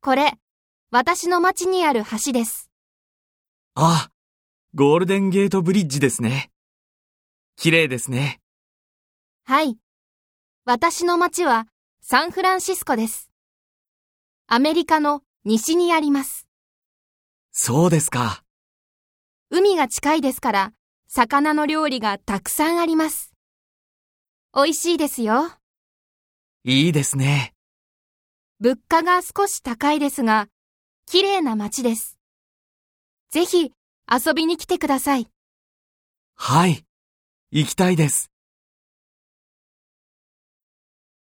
これ、私の町にある橋です。あ、ゴールデンゲートブリッジですね。綺麗ですね。はい。私の町はサンフランシスコです。アメリカの西にあります。そうですか。海が近いですから、魚の料理がたくさんあります。美味しいですよ。いいですね。物価が少し高いですが、綺麗な街です。ぜひ遊びに来てください。はい。行きたいです。